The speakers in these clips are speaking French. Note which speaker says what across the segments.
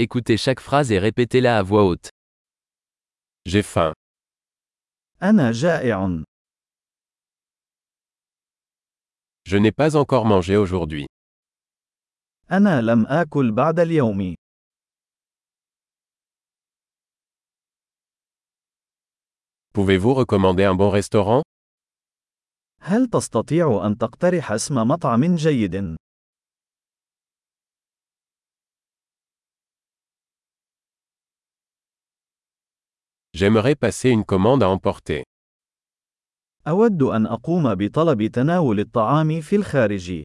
Speaker 1: Écoutez chaque phrase et répétez-la à voix haute.
Speaker 2: J'ai faim.
Speaker 3: أنا جائع.
Speaker 2: Je n'ai pas encore mangé aujourd'hui.
Speaker 3: أنا لم آكل بعد اليوم.
Speaker 2: Pouvez-vous recommander un bon restaurant
Speaker 3: هل تستطيع أن تقترح اسم مطعم جيد؟
Speaker 2: J'aimerais passer une commande à emporter.
Speaker 3: أود أن أقوم بطلب تناول الطعام في الخارج.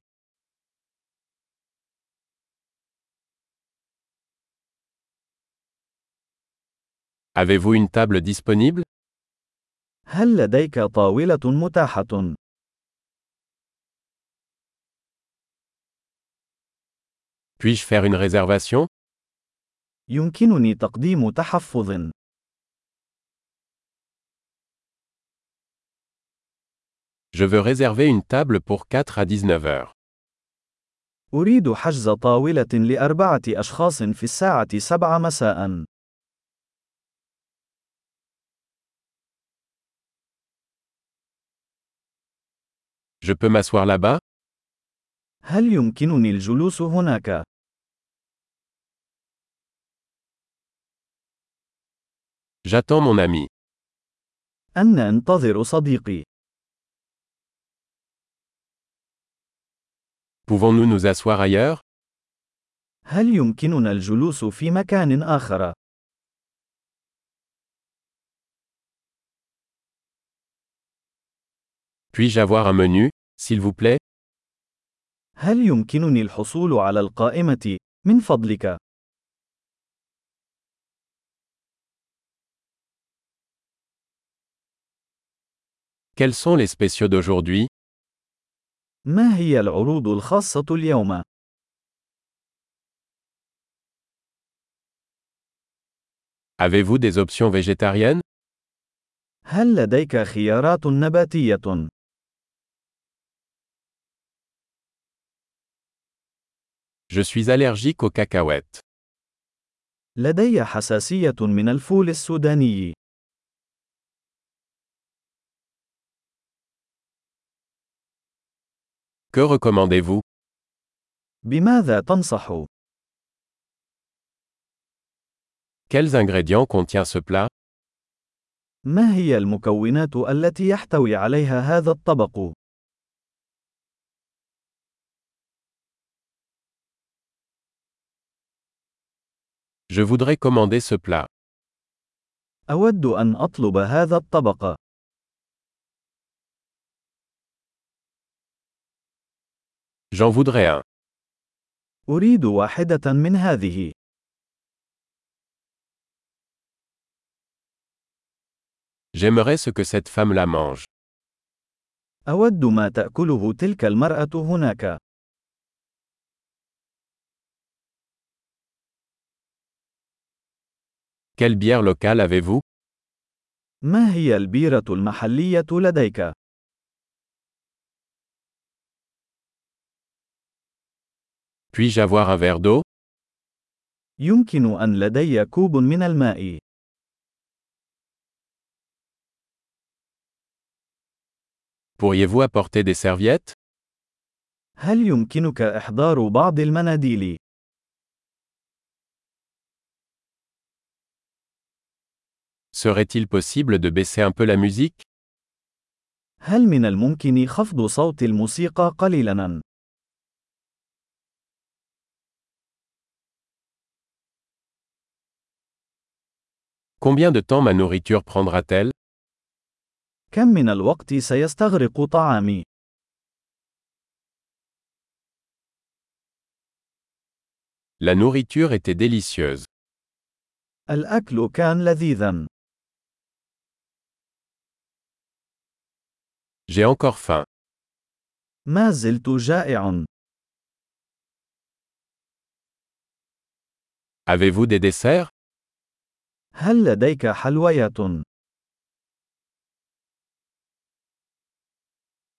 Speaker 2: Avez-vous une table disponible
Speaker 3: هل لديك طاولة متاحة؟
Speaker 2: Puis-je faire une réservation
Speaker 3: يمكنني تقديم تحفظ.
Speaker 2: Je veux réserver une table pour 4 à 19 heures.
Speaker 3: أريد حجز طاولة لأربعة أشخاص في الساعة 7 مساء.
Speaker 2: Je peux m'asseoir là-bas
Speaker 3: هل يمكنني الجلوس هناك؟
Speaker 2: J'attends mon ami.
Speaker 3: أنا أنتظر صديقي.
Speaker 2: Pouvons-nous nous asseoir ailleurs
Speaker 3: هل يمكننا الجلوس في مكان آخر؟
Speaker 2: Puis-je avoir un menu, s'il vous plaît
Speaker 3: هل يمكنني الحصول على القائمة؟ من فضلك،
Speaker 2: Quels sont les spéciaux d'aujourd'hui
Speaker 3: ما هي العروض الخاصة اليوم؟
Speaker 2: Avez-vous des options végétariennes
Speaker 3: هل لديك خيارات نباتية؟
Speaker 2: Je suis allergique aux cacahuètes.
Speaker 3: لدي حساسية من الفول السوداني.
Speaker 2: Que recommandez-vous
Speaker 3: بماذا تنصح؟
Speaker 2: Quels ingrédients contient ce plat
Speaker 3: ما هي المكونات التي يحتوي عليها هذا الطبق؟
Speaker 2: Je voudrais commander ce plat.
Speaker 3: أود أن أطلب هذا الطبق.
Speaker 2: J'en voudrais un.
Speaker 3: أريد واحدة من هذه.
Speaker 2: J'aimerais ce que cette femme la mange.
Speaker 3: أود ما تأكله تلك المرأة هناك.
Speaker 2: Quelle bière locale avez-vous
Speaker 3: ما هي البيرة المحلية لديك؟
Speaker 2: Puis-je avoir un verre d'eau
Speaker 3: يمكن أن لدي كوب من الماء.
Speaker 2: Pourriez-vous apporter des serviettes
Speaker 3: هل يمكنك إحضار بعض المناديل؟
Speaker 2: Serait-il possible de baisser un peu la musique
Speaker 3: هل من الممكن خفض صوت الموسيقى قليلاً؟
Speaker 2: Combien de temps ma nourriture prendra-t-elle
Speaker 3: كم من الوقت سيستغرق طعامي؟
Speaker 2: La nourriture était délicieuse.
Speaker 3: الأكل كان لذيذاً.
Speaker 2: J'ai encore faim.
Speaker 3: ما زلت جائع.
Speaker 2: Avez-vous des desserts
Speaker 3: هل لديك حلويات؟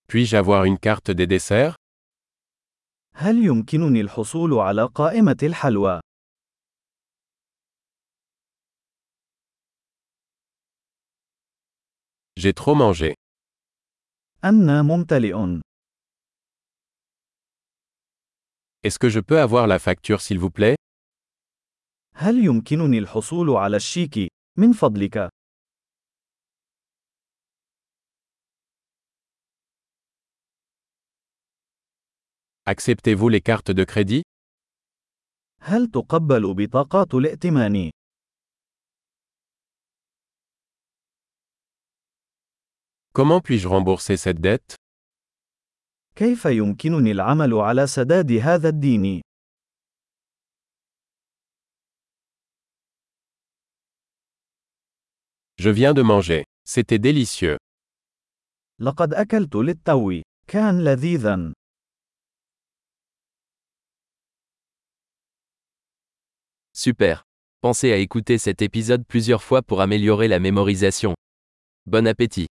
Speaker 2: Puis-je avoir une carte des desserts
Speaker 3: هل يمكنني الحصول على قائمة الحلوى؟
Speaker 2: J'ai trop mangé.
Speaker 3: أنا ممتلئ.
Speaker 2: Est-ce que je peux avoir la facture s'il vous plaît
Speaker 3: هل يمكنني الحصول على الشيك؟ من فضلك،
Speaker 2: Acceptez-vous les cartes de crédit
Speaker 3: هل تقبل بطاقات الائتمان؟
Speaker 2: Comment puis-je rembourser cette dette
Speaker 3: كيف يمكنني العمل على سداد هذا الدين؟
Speaker 2: Je viens de manger. C'était délicieux.
Speaker 3: لقد أكلت للتو. كان لذيذا.
Speaker 1: Super. Pensez à écouter cet épisode plusieurs fois pour améliorer la mémorisation. Bon appétit.